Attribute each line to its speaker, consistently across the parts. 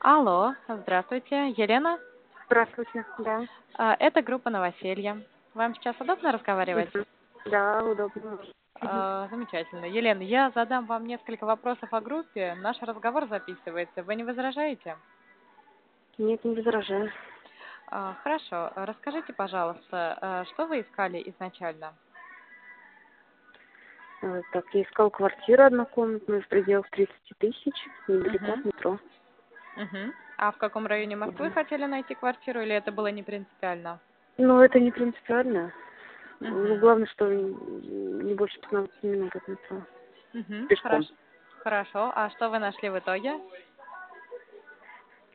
Speaker 1: Алло, здравствуйте, Елена.
Speaker 2: Здравствуйте, да.
Speaker 1: А, Это группа «Новоселье». Вам сейчас удобно разговаривать?
Speaker 2: Мгм. Да, удобно.
Speaker 1: А, Замечательно. Елена, я задам вам несколько вопросов о группе. Наш разговор записывается. Вы не возражаете?
Speaker 2: Нет, не возражаю.
Speaker 1: А, Хорошо. Расскажите, пожалуйста, а, что вы искали изначально?
Speaker 2: Э, Так, я искал квартиру однокомнатную в пределах 30 тысяч, недалеко
Speaker 1: Мгм.
Speaker 2: от метро.
Speaker 1: Мгм. А в каком районе Москвы
Speaker 2: Мгм.
Speaker 1: хотели найти квартиру или это было не принципиально?
Speaker 2: Ну, это не принципиально. Ну,
Speaker 1: Мгм.
Speaker 2: главное, что н- не больше 15 минут от метро.
Speaker 1: Мгм.
Speaker 2: Пешком.
Speaker 1: Хорошо. Хорошо. А что вы нашли в итоге?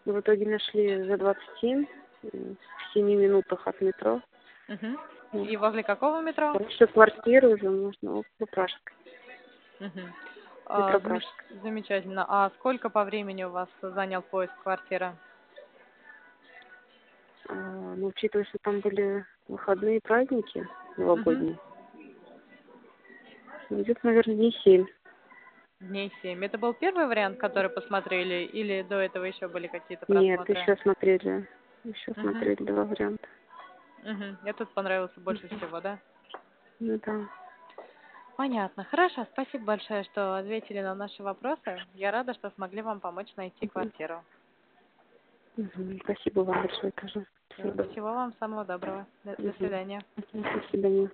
Speaker 2: И в итоге нашли за 27, э, в 7 минутах от метро.
Speaker 1: Мгм.
Speaker 2: Мгм.
Speaker 1: И возле какого метро?
Speaker 2: Потому что квартиру уже можно около Пражской.
Speaker 1: Мгм. А,
Speaker 2: Метро
Speaker 1: замеч-
Speaker 2: Пражская.
Speaker 1: Замечательно. А сколько по времени у вас занял поиск квартиры?
Speaker 2: А, Ну, учитывая, что там были выходные и праздники новогодние, ну, где-то, наверное, дней семь.
Speaker 1: Дней семь. Это был первый вариант, который посмотрели, или до этого еще были какие-то
Speaker 2: Нет,
Speaker 1: просмотры?
Speaker 2: еще смотрели. Еще
Speaker 1: Мгм.
Speaker 2: смотрели два варианта.
Speaker 1: Мгм. Этот понравился больше всего, да?
Speaker 2: Ну да.
Speaker 1: Понятно. Хорошо. Спасибо большое, что ответили на наши вопросы. Я рада, что смогли вам помочь найти квартиру.
Speaker 2: Мгм. Спасибо вам большое тоже. Спасибо.
Speaker 1: Всего вам самого доброго. До- до
Speaker 2: Мгм.
Speaker 1: свидания.
Speaker 2: Мгм. До свидания.